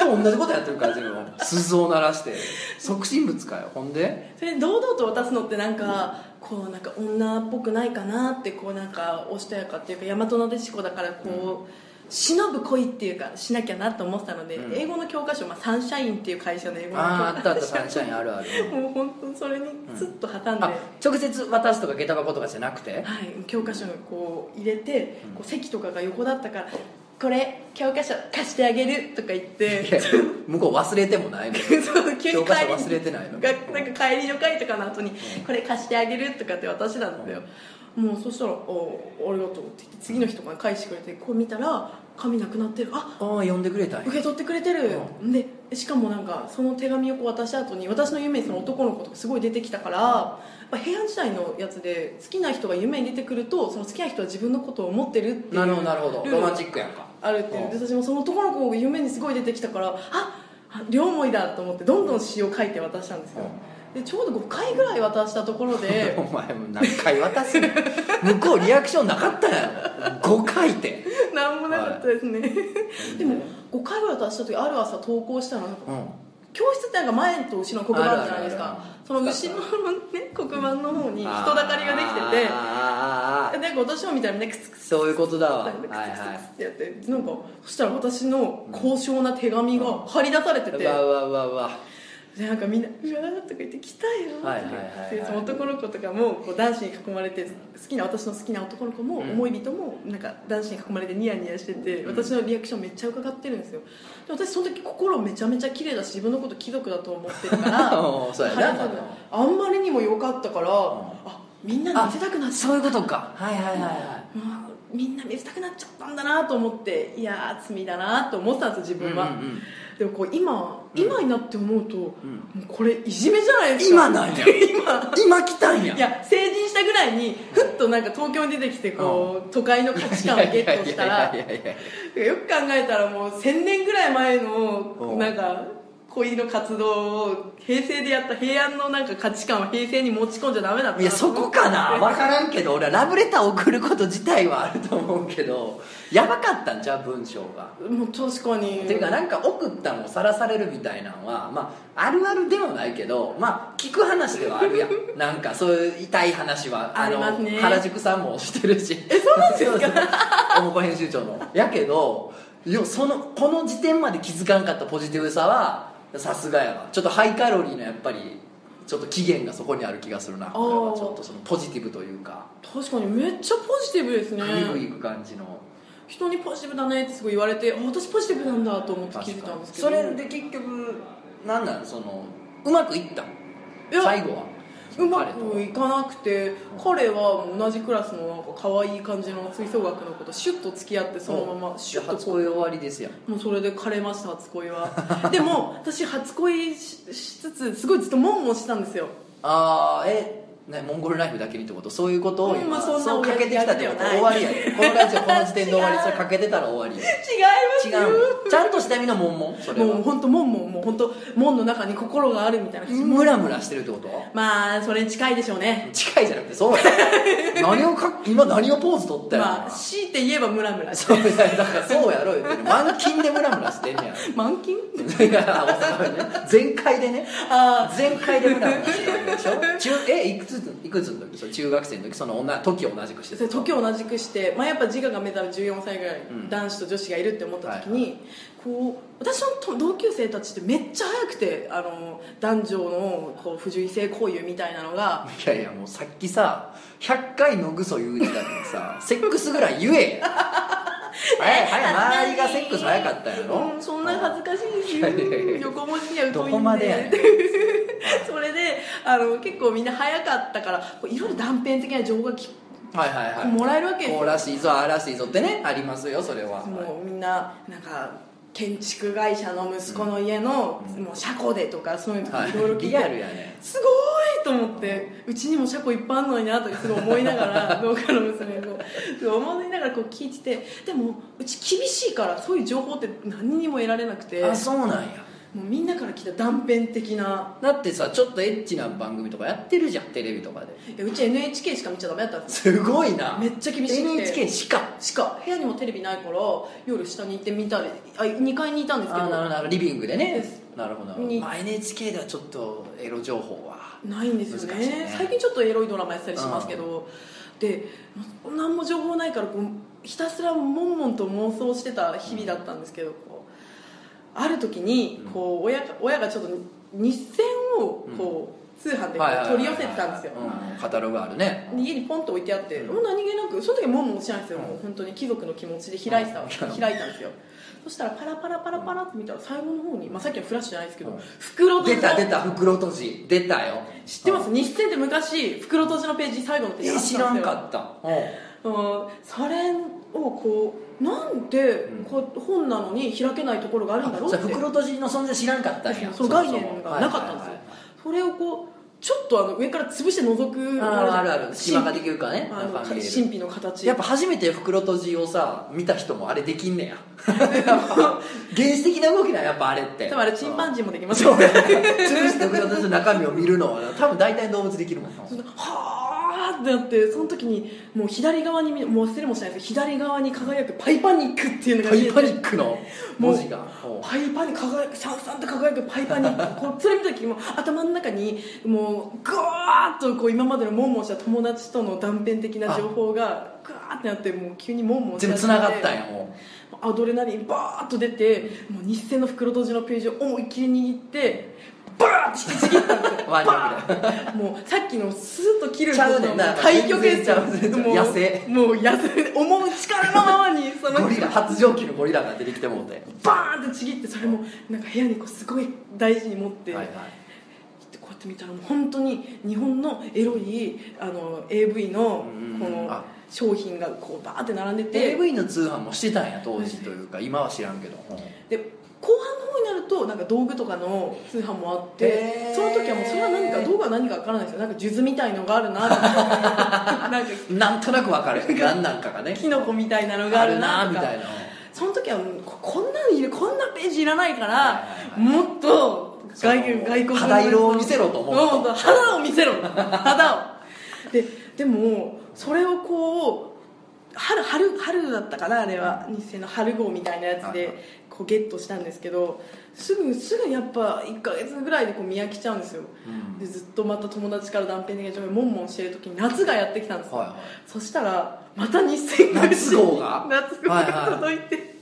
Speaker 2: と同じことやってるから自分は鈴を鳴らして即身仏かよほんで
Speaker 3: それで堂々と渡すのってなんか、こうなんか女っぽくないかなってこうなんかおしとやかっていうか大和なでしこだからこう、忍ぶ恋っていうかしなきゃなと思ってたので、
Speaker 2: うん
Speaker 3: 英語の教科書、まあ、サンシャインっていう会社の英語の
Speaker 2: あああっ
Speaker 3: 教
Speaker 2: たあった
Speaker 3: 科書
Speaker 2: サンシャインある ある
Speaker 3: もう本当にそれにスッと挟んで、
Speaker 2: あ直接渡すとか下駄箱とかじゃなくて
Speaker 3: はい、教科書にこう入れて、こう席とかが横だったから「これ教科書貸してあげる」とか言っ
Speaker 2: いや
Speaker 3: て
Speaker 2: 向こう忘れてもないの
Speaker 3: そう急
Speaker 2: 教
Speaker 3: に
Speaker 2: 科書
Speaker 3: 帰り
Speaker 2: 忘れてないの
Speaker 3: がなんか帰りの会とかの後に「これ貸してあげる」とかって渡してたんだよ、もうそしたら「おありがとう」って言って次の日とかに返してくれてこう見たら紙なくなってるあ
Speaker 2: ああ呼んでくれたんや
Speaker 3: 受け取ってくれてる、でしかもなんかその手紙をこう渡した後に私の夢にその男の子とかすごい出てきたから、やっぱ平安時代のやつで好きな人が夢に出てくるとその好きな人は自分のことを思ってるっていう
Speaker 2: なるほどなるほど
Speaker 3: ルー
Speaker 2: ロ
Speaker 3: ル
Speaker 2: マンチックやんか
Speaker 3: あるっていう
Speaker 2: うん
Speaker 3: で私もその男の子が夢にすごい出てきたからあ両思いだと思ってどんどん詩を書いて渡したんですよでちょうど5回ぐらい渡したところ で
Speaker 2: お前も何回渡すの向こうリアクションなかったやろ5回って
Speaker 3: 何もなかったですね、でも5回ぐらい渡した時ある朝投稿したらなんか
Speaker 2: うん
Speaker 3: 教室ってなんか前と後ろの黒板あるじゃないです
Speaker 2: あるあ
Speaker 3: か
Speaker 2: るある
Speaker 3: その後ろの、ね、黒板の方に人だかりができてて
Speaker 2: あーあーあーあー
Speaker 3: でなんか私も見たらみんなクスクス
Speaker 2: そういうことだわは
Speaker 3: ク
Speaker 2: い
Speaker 3: スクスク
Speaker 2: は
Speaker 3: スってやってなんかそしたら私の高尚な手紙が貼り出されてて、
Speaker 2: いわうわうわうわ
Speaker 3: でなんかみんな「うわ」とか言って「来たよ」とか
Speaker 2: はいはいはいはい
Speaker 3: でその男の子とかもこう男子に囲まれて好きな私の好きな男の子も
Speaker 2: うん
Speaker 3: 思い人もなんか男子に囲まれてニヤニヤしてて
Speaker 2: うん
Speaker 3: 私のリアクションめっちゃ伺ってるんですよで私その時心めちゃめちゃ綺麗だし自分のこと貴族だと思ってるか
Speaker 2: おー
Speaker 3: ら
Speaker 2: そうやな
Speaker 3: 腹立つあんまりにも良かったからあみんなに見せたくなっちゃ
Speaker 2: そう
Speaker 3: っ
Speaker 2: いうことかはいはいはいは
Speaker 3: たあみんな見せたくなっちゃったんだなと思っていやー罪だなと思ってたんですよ
Speaker 2: い
Speaker 3: 自分
Speaker 2: う
Speaker 3: は、
Speaker 2: んうんうん
Speaker 3: でもこう今今になって思うと、も
Speaker 2: ん
Speaker 3: うこれいじめじゃないですか
Speaker 2: 今なんや
Speaker 3: 今
Speaker 2: 今来たんや
Speaker 3: いや成人したぐらいにふっとなんか東京に出てきてこう、都会の価値観をゲットしたら
Speaker 2: いやいやいやいやいや
Speaker 3: よく考えたらもう1000年ぐらい前
Speaker 2: う
Speaker 3: の
Speaker 2: ん
Speaker 3: なんか恋の活動を平成でやった平安のなんか価値観を平成に持ち込んじゃダメだったない
Speaker 2: やそこかな分からんけど俺はラブレター送ること自体はあると思うけどやばかったんじゃう文章が。
Speaker 3: もう確かに
Speaker 2: っていうかなんか送ったのをさらされるみたいなのは、まあ、あるあるではないけど、まあ、聞く話ではあるや んなんかそういう痛い話は
Speaker 3: ありますね
Speaker 2: 原宿さんもしてるし
Speaker 3: えそうなんですか
Speaker 2: そうそう 大久保編集長のやけどよそのこの時点まで気づかんかったポジティブさはさすがやわちょっとハイカロリーのやっぱりちょっと期限がそこにある気がするなこれはちょっとそのポジティブというか
Speaker 3: 確かにめっちゃポジティブですね
Speaker 2: グイグイいく感じの。
Speaker 3: 人にポジティブだねってすごい言われてあ私ポジティブなんだと思って聞いてたんですけど
Speaker 2: それで結局なんなんそのうまくいった
Speaker 3: いや
Speaker 2: 最後は
Speaker 3: うま
Speaker 2: 彼と
Speaker 3: くいかなくて彼はもう同じクラスのなんか可愛い感じの吹奏楽の子とシュッと付き合ってそのままシュッと
Speaker 2: 初
Speaker 3: こ
Speaker 2: 恋終わりですやん
Speaker 3: うもうそれで枯れました初恋は でも私初恋ししつつすごいずっとモンモンしてたんですよ
Speaker 2: ああえね、モンゴルライフだけにってことそういうことを
Speaker 3: うんま
Speaker 2: 今、
Speaker 3: あそんな
Speaker 2: そうかけてきたってこと
Speaker 3: 親父
Speaker 2: 終わりや ねこのラジオこの時点で終わり
Speaker 3: 違う
Speaker 2: それかけてたら終わりや
Speaker 3: 違います
Speaker 2: 違
Speaker 3: よ
Speaker 2: うのちゃんとした意味のモンモンそれ
Speaker 3: もう
Speaker 2: は
Speaker 3: 本当モンモンもう本当門の中に心があるみたいな感じ
Speaker 2: ムラムラしてるってこと
Speaker 3: まあそれに近いでしょうね
Speaker 2: 近いじゃなくてそうや 何をか今何をポーズ取ったよ、
Speaker 3: まあ強いて言えばムラムラ
Speaker 2: そうやだからそうやろよ満勤でムラムラしてんねや
Speaker 3: 満金
Speaker 2: いやお互いね全開でね
Speaker 3: ああ
Speaker 2: 全開でムラムラしてたわけでしょ中えいくつついくつの時その中学生の時その同時を同じくして
Speaker 3: それ時を同じくして、まあ、やっぱ自我が目覚め14歳ぐらい、
Speaker 2: うん
Speaker 3: 男子と女子がいるって思った時
Speaker 2: はい
Speaker 3: に、こう私のと同級生たちってめっちゃ早くてあの男女のこう不純性行為みたいなのが
Speaker 2: いやいやもうさっきさ100回のぐそ言うてたのにさ セックスぐらい言 えや早い早い周りがセックス早かったやろ
Speaker 3: うん、そんな恥ずかしい
Speaker 2: いやいやい
Speaker 3: で
Speaker 2: や
Speaker 3: す横文字には疎いんで
Speaker 2: どこまでやねん
Speaker 3: それであの結構みんな早かったからこういろいろ断片的な情報がき
Speaker 2: はいはいはい
Speaker 3: もらえるわけですよ
Speaker 2: こうらしいぞああらしいぞってねありますよそれは
Speaker 3: もうみんななんか建築会社の息子の家の
Speaker 2: うん
Speaker 3: もう車庫でとかそういうのと
Speaker 2: は
Speaker 3: かいろいろ
Speaker 2: い
Speaker 3: 聞い
Speaker 2: リ
Speaker 3: て
Speaker 2: アルやね
Speaker 3: すごいと思ってうちにも車庫いっぱいあんのになとかすごい思いながら農家の娘をそう思いながらこう聞いててでもうち厳しいからそういう情報って何にも得られなくても
Speaker 2: あ
Speaker 3: う
Speaker 2: そうなんや
Speaker 3: みんなから来た断片的な
Speaker 2: だってさちょっとエッチな番組とかやってるじゃんテレビとかで
Speaker 3: いやうち NHK しか見ちゃダメだったんですよ
Speaker 2: すごいな
Speaker 3: めっちゃ厳しくて
Speaker 2: NHK しか
Speaker 3: しか部屋にもテレビないから夜下に行って見たりあ2階にいたんですけ
Speaker 2: あ
Speaker 3: ど
Speaker 2: ーなるほどなるほどリビングでね
Speaker 3: です
Speaker 2: なるほどなるほど、
Speaker 3: に
Speaker 2: まあ、NHK ではちょっとエロ情報は
Speaker 3: ないんですよ
Speaker 2: 難し
Speaker 3: ね
Speaker 2: いね
Speaker 3: 最近ちょっとエロいドラマやってたりしますけど、で何も情報ないからこうひたすらもんもんと妄想してた日々だったんですけどこうある時に
Speaker 2: うん
Speaker 3: こう親が親がちょっと日銭をこう通販でこ
Speaker 2: はいはいうはい
Speaker 3: 取り寄せてたんですよ
Speaker 2: うんカタログあるね
Speaker 3: で家にポンと置いてあって、
Speaker 2: うん
Speaker 3: もう何気なくその時もんもんしないんですよ、
Speaker 2: うん
Speaker 3: もう本当に貴族の気持ちで開いてた、
Speaker 2: うん
Speaker 3: 開いたんですよそしたらパラパラパラパラって見たら最後の方に、まあ、さっきはフラッシュじゃないですけど、
Speaker 2: うん
Speaker 3: 袋と
Speaker 2: 出た出た袋閉じ出たよ
Speaker 3: 知ってます日銭って昔袋閉じのページ最後のページ
Speaker 2: え
Speaker 3: にあったです
Speaker 2: 知
Speaker 3: よ
Speaker 2: らんかったうん
Speaker 3: うんそれをこうなんでこう本なのに開けないところがあるんだろう
Speaker 2: あじ
Speaker 3: って
Speaker 2: ゃあ袋閉じの存在知らんかったんや
Speaker 3: その概念がなかったんですよそれをこうちょっとあの上から潰して覗く
Speaker 2: あるあるある
Speaker 3: 神
Speaker 2: 隙間ができるからね
Speaker 3: あの
Speaker 2: なんか見え
Speaker 3: 神
Speaker 2: る
Speaker 3: 秘の形
Speaker 2: やっぱ初めて袋閉じをさ見た人もあれできんねや 原始的な動きだやっぱあれって
Speaker 3: 多分あれチンパン
Speaker 2: ジ
Speaker 3: ジーもできます
Speaker 2: そ
Speaker 3: よ
Speaker 2: う
Speaker 3: ね
Speaker 2: やな潰して袋閉じの中身を見るのは多分大体動物できるもんな
Speaker 3: はあってなってその時にもう左側に見もう忘れもしないですけど左側に輝くパイパニックっていう
Speaker 2: パ
Speaker 3: のが見え
Speaker 2: イ
Speaker 3: て
Speaker 2: パニックの文字がおう
Speaker 3: パイパンに輝くさんさんと輝くパイパンに こうそれ見た時もう頭の中にもうグワーッとこう今までのモンモンした友達との断片的な情報がグワーッてなってもう急にモンモンし
Speaker 2: 全部
Speaker 3: 始
Speaker 2: 繋
Speaker 3: め
Speaker 2: がったんやも
Speaker 3: アドレナリンバーッと出てもう日清の袋閉じのページを思いっきり握ってバーッて引きちぎったんですよ
Speaker 2: うワン
Speaker 3: バ
Speaker 2: 力
Speaker 3: ーッもうさっきのスーッと切る
Speaker 2: ちゃうねん
Speaker 3: の
Speaker 2: な
Speaker 3: 対極ですよ
Speaker 2: 全然ちゃう
Speaker 3: もう
Speaker 2: 野生
Speaker 3: もう野生思う力のままにそ
Speaker 2: で
Speaker 3: の
Speaker 2: ゴリラ発情期のゴリラが出てきてもうて
Speaker 3: バーンってちぎってそれもなんか部屋にこうすごい大事に持って、
Speaker 2: はいはい
Speaker 3: こうやって見たらもう本当に日本のエロいあの AV の
Speaker 2: うん
Speaker 3: この
Speaker 2: あ
Speaker 3: 商品がこうバーって並んでて
Speaker 2: AV の通販もしてたんや当時というか今は知らんけどうん
Speaker 3: で後半の方になるとなんか道具とかの通販もあっ
Speaker 2: へ
Speaker 3: て
Speaker 2: ー
Speaker 3: その時はもうそれは何か道具は何か分からないですよなんか数珠みたいのがあるなと かなんか
Speaker 2: なんとなくわ かる何なんかがね
Speaker 3: キノコみたいなのが
Speaker 2: あ
Speaker 3: あ
Speaker 2: る
Speaker 3: る
Speaker 2: な
Speaker 3: な
Speaker 2: ー
Speaker 3: と
Speaker 2: み
Speaker 3: か
Speaker 2: たいな
Speaker 3: その時はもうここんなのいるこんなページいらないから、
Speaker 2: はいはい
Speaker 3: もっと外
Speaker 2: その
Speaker 3: 外国の
Speaker 2: 肌色を見せろと思うと
Speaker 3: もっと肌を見せろ肌をででもそれをこう春春春だったかなあれは日清の春号みたいなやつ
Speaker 2: はい
Speaker 3: で
Speaker 2: はい
Speaker 3: こうゲットしたんですけどすぐすぐやっぱ1か月ぐらいでこう見飽きちゃうんですよ
Speaker 2: うん
Speaker 3: でずっとまた友達から断片的な情報モンモンしてる時に夏がやってきたんですよ、
Speaker 2: は
Speaker 3: そしたらまた2000が
Speaker 2: 夏号 が
Speaker 3: 夏号が届いて、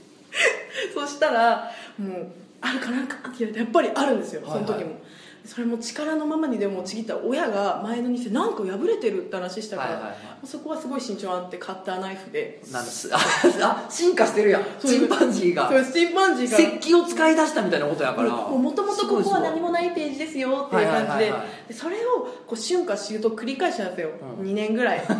Speaker 3: そしたらもうあるかなんかって言われてやっぱりあるんですよその時も、
Speaker 2: はいはい
Speaker 3: それも力のままにでもちぎったら親が前の店なんか破れてるって話したから、
Speaker 2: はいはいはい
Speaker 3: そこはすごい慎重あってカッターナイフで
Speaker 2: いなんですああ進化してるやん
Speaker 3: そう
Speaker 2: チンパンジーが
Speaker 3: そうチンパンジーが
Speaker 2: 石器を使い出したみたいなことやから
Speaker 3: もともとここは何もないページですよっていう感じ
Speaker 2: はいはいは
Speaker 3: で
Speaker 2: いは
Speaker 3: でそれをこう春夏秋冬繰り返したんですよ、
Speaker 2: うん
Speaker 3: 2年 ぐらいなんか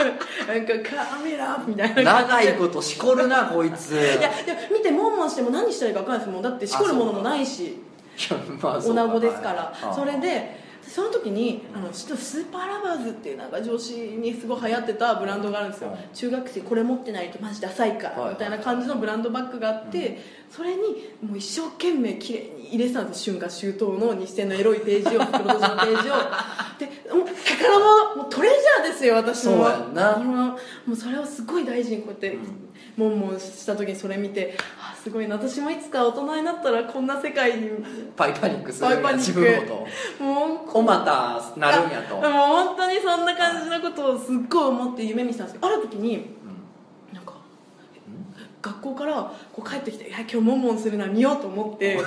Speaker 3: カメラみたいな
Speaker 2: 長いことしこるなこいつ
Speaker 3: いやでも見てモンモンしても何したらいいか分かんないですもんだってしこるものもないし女子ですからそれ
Speaker 2: で
Speaker 3: でその時にあのちょっとスーパーラバーズっていうなんか女子にすごい流行ってたブランドがあるんですよ、
Speaker 2: はい
Speaker 3: 中学生これ持ってないとマジダサいか
Speaker 2: はい
Speaker 3: らみたいな感じのブランドバッグがあって、それにもう一生懸 命綺麗に入れてたんですよ春夏秋冬の日清のエロいページを袋閉じのページをでもう宝物もうトレジャーですよ私の
Speaker 2: そうやんな
Speaker 3: このもうそれをすごい大事にこうやって、もんもんした時にそれ見てあすごいな私もいつか大人になったらこんな世界にも
Speaker 2: パイパニックするんや
Speaker 3: パイパニッ
Speaker 2: 自
Speaker 3: ク
Speaker 2: 分ごと
Speaker 3: う
Speaker 2: おまたなるんやと、
Speaker 3: でも本当にそんな感じのことをすっごい思って夢見てたんですけどある時になんか学校からこう帰ってきて「いや今日モンモンするな見よう」と思って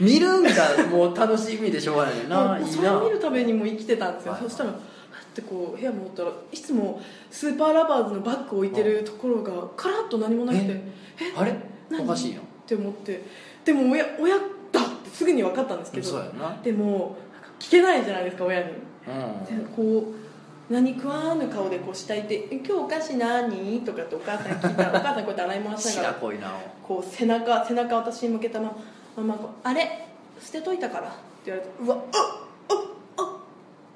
Speaker 2: 見るんがもう楽しみでしょうがないよな
Speaker 3: もう
Speaker 2: いい
Speaker 3: それ
Speaker 2: な
Speaker 3: を見るためにも生きてたんですよ、
Speaker 2: はいはい
Speaker 3: そしたらふってこう部屋戻ったらいつもスーパーラバーズのバッグを置いてるところがカラッと何もなくて
Speaker 2: え
Speaker 3: えっ
Speaker 2: あれ
Speaker 3: 何
Speaker 2: おかしいよ
Speaker 3: て思ってでも親親だってすぐに分かったんですけ
Speaker 2: そう
Speaker 3: ど
Speaker 2: やんな
Speaker 3: でもなんか聞けないじゃないですか親に
Speaker 2: うん
Speaker 3: でこう何食わぬ顔でこう下いて「え今日お菓子何?」とかってお母さんに聞いたらお母さんこうやって洗い回しなが
Speaker 2: 白
Speaker 3: ら
Speaker 2: 濃いな
Speaker 3: こう背中背中私に向けたまままこうあれ捨てといたから」って言われて「うわ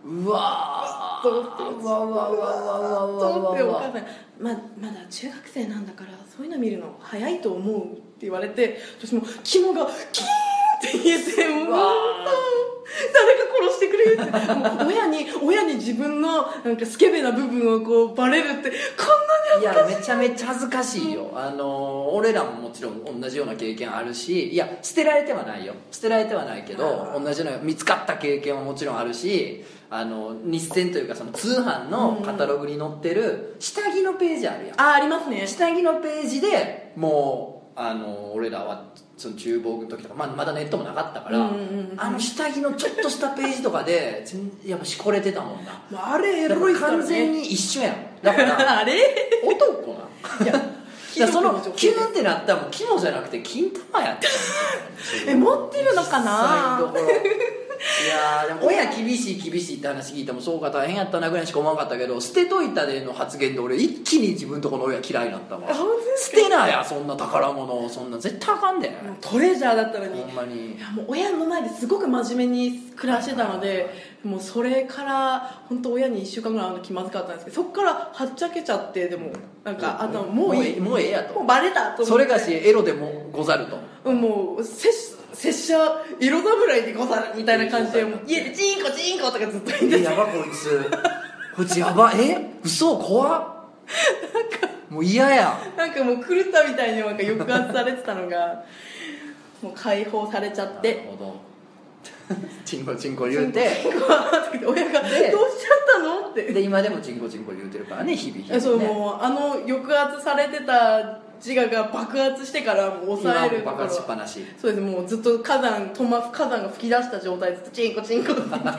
Speaker 2: うわー
Speaker 3: と思って
Speaker 2: うわうわうわうわうわうわ
Speaker 3: と
Speaker 2: うわ
Speaker 3: 思ってお母さんにままだ中学生なんだからそういうの見るの早いと思うって言われて私も肝がキーンって言えてもう
Speaker 2: うわ
Speaker 3: 誰か殺してくれってもう親に親に自分のなんかスケベな部分をこうバレるってこんな
Speaker 2: い
Speaker 3: に
Speaker 2: やめちゃめちゃ恥ずかしいよあのー俺らももちろん同じような経験あるしいや捨てられてはないよ捨てられてはないけど同じような見つかった経験はもちろんあるしあの日銭というかその通販のカタログに載ってる下着のページあるやん
Speaker 3: あありますね
Speaker 2: 下着のページでもうあの俺らはその厨房の時とか、まあ、まだネットもなかったから、
Speaker 3: うんうんうんうん
Speaker 2: あの下着のちょっとしたページとかで全やっぱしこれてたもんな
Speaker 3: あれエロいからね
Speaker 2: 完全に一緒やんだから
Speaker 3: あれ
Speaker 2: 男なん
Speaker 3: いや
Speaker 2: いやそのキュ
Speaker 3: ン
Speaker 2: ンってなったらもうキモじゃなくて金玉やった
Speaker 3: え持ってるのか
Speaker 2: 実
Speaker 3: な
Speaker 2: 際のところいやーでも親厳しい厳しいって話聞いてもそうか大変やったなぐらいしか思わなかったけど捨てといたでの発言で俺一気に自分とこの親嫌いになったわ
Speaker 3: あ本当です
Speaker 2: 捨
Speaker 3: か
Speaker 2: てなやそんな宝物をそんな絶対あかんで、
Speaker 3: もうトレジャーだったのに
Speaker 2: ほんまに
Speaker 3: いやもう親の前ですごく真面目に暮らしてたのでもうそれから本当親に1週間ぐらい会うの気まずかったんですけどそこからはっちゃけちゃってでもなんかあともういいも
Speaker 2: もうええやと
Speaker 3: うバレたと思って
Speaker 2: それがしエロでもござる と
Speaker 3: うんもう拙拙者色侍でござるみたいな感じでもう家でチンコチンコとかずっと言って
Speaker 2: えやばこいつこいつやばえ嘘怖っもう嫌や
Speaker 3: なんかもう狂ったみたいになんか抑圧されてたのがもう解放されちゃっ
Speaker 2: なる
Speaker 3: て
Speaker 2: ほど チンコチンコ言うて
Speaker 3: チンコって言って親が「どうしちゃ
Speaker 2: で
Speaker 3: ったの?」って
Speaker 2: で今でもチンコチンコ言うてるからね日々日々、
Speaker 3: え
Speaker 2: ね、
Speaker 3: そうもうあの抑圧されてた自我が爆発してからもう抑える
Speaker 2: 今も
Speaker 3: と
Speaker 2: 爆
Speaker 3: ころ
Speaker 2: 発しっぱなし
Speaker 3: そうですもうずっと火山トマ火山が噴き出した状態でずっとチンコチン コって言っ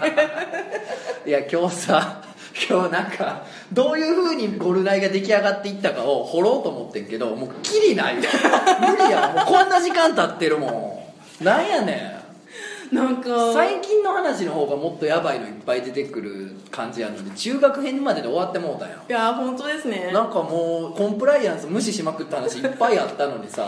Speaker 3: て
Speaker 2: いや今日さ今日なんかどういうふうにゴルナイが出来上がっていったかを掘ろうと思ってんけどもうキリないわ無理やもうこんな時間経ってるもんなんやね
Speaker 3: なん
Speaker 2: ん
Speaker 3: か
Speaker 2: 最近の話の方がもっとヤバいのいっぱい出てくる感じやのに中学編までで終わってもうたやん
Speaker 3: いや本当ですね
Speaker 2: なんかもうコンプライアンス無視しまくった話いっぱいあったのに さ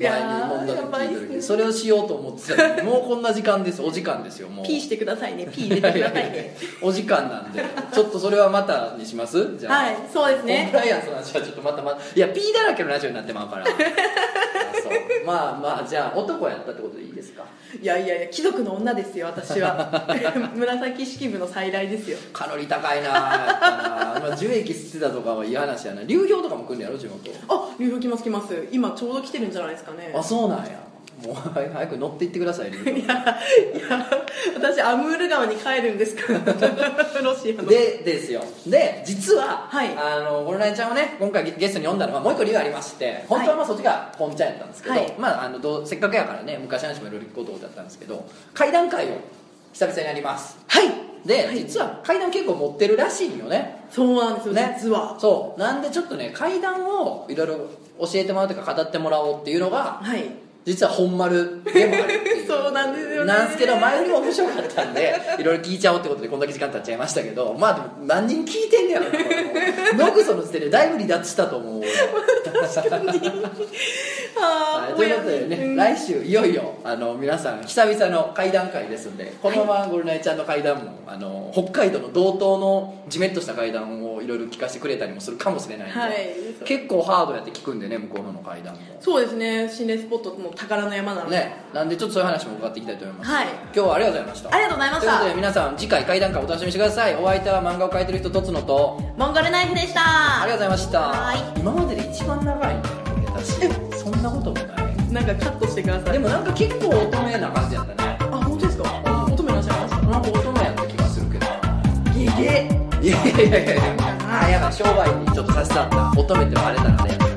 Speaker 2: 前に飲んだ時聞い
Speaker 3: やばい
Speaker 2: た
Speaker 3: っす
Speaker 2: 時
Speaker 3: ね
Speaker 2: それをしようと思ってたのにもうこんな時間ですお時間ですよもう
Speaker 3: ピーしてくださいねピー入れてくださいね
Speaker 2: お時間なんでちょっとそれはまたにしますじゃあ
Speaker 3: はいそうです
Speaker 2: コン
Speaker 3: ね
Speaker 2: プライアンスの話はちょっとまたまたいや P だらけのラジオになってまう からあそうまあまあじゃあ男やったってことでいいですか
Speaker 3: いやいやいや貴族の女ですよ私 は紫式部の再来ですよ
Speaker 2: カロリー高いなやっぱなまあ樹液捨てたとかはいい話やな流氷とかも来んねやろ地 元
Speaker 3: あ流氷来ます来ます今ちょうど来てるんじゃないですかね
Speaker 2: あそうなんやもうはい早く乗っていってください流氷
Speaker 3: いやいや私アムール川に帰るんです からロシアの
Speaker 2: でですよで実は、
Speaker 3: はい
Speaker 2: あのゴルナイちゃんをね今回ゲゲストに呼んだのはもう一個理由ありまして本当はまあそっちが本ちゃんやったんですけど、
Speaker 3: はい
Speaker 2: まあ、あのどうせっかくやからね昔の話もいろいろ聞こうと思ってやったんですけど階段会を久々にやりますはいで、
Speaker 3: はい
Speaker 2: 実は階段結構持ってるらしいんよね
Speaker 3: そうなんですよ、
Speaker 2: ね
Speaker 3: 実は
Speaker 2: そうなんでちょっとね階段をいろいろ教えてもらうというか語ってもらおうっていうのが
Speaker 3: はい
Speaker 2: 実は本丸でもあるっていう
Speaker 3: そうなんですよね
Speaker 2: なんすけど前よりも面白かったん でいろいろ聞いちゃおうってことでこんだけ時間経っちゃいましたけどまあでも何人聞いてんねやろなこれもうノグソの時点でだいぶ離脱したと思う俺
Speaker 3: あ
Speaker 2: は
Speaker 3: ー
Speaker 2: い、ということでね、
Speaker 3: うん
Speaker 2: 来週いよいよあの皆さん久々の会談会ですんでこのままゴルナイちゃんの会談もあの北海道の道東のジメッとした会談をいろいろ聞かせてくれたりもするかもしれないんで、
Speaker 3: はい
Speaker 2: 結構ハードやって聞くんでね向こうのの会談も
Speaker 3: そうですね心霊スポットの宝の山なので、
Speaker 2: ねなんでちょっとそういう話も伺っていきたいと思います、
Speaker 3: はい
Speaker 2: 今日はありがとうございました
Speaker 3: ありがとうございまし
Speaker 2: という
Speaker 3: た
Speaker 2: ことで皆さん次回会談会お楽しみにしてくださいお相手は漫画を描いてる人とつのと
Speaker 3: モンゴルナイフでした
Speaker 2: ありがとうございました
Speaker 3: は
Speaker 2: 今までで一番長いんだよ俺たちそんなこともない
Speaker 3: なんかカットしてください
Speaker 2: でもなんか結構乙女な感じやったね
Speaker 3: あ本当ですかあ乙女いらっしゃいました
Speaker 2: なんか乙女やった気がするけど
Speaker 3: ゲゲ
Speaker 2: い やいやいやいやいやいや商売にちょっとさせたんだ乙女ってバレたらね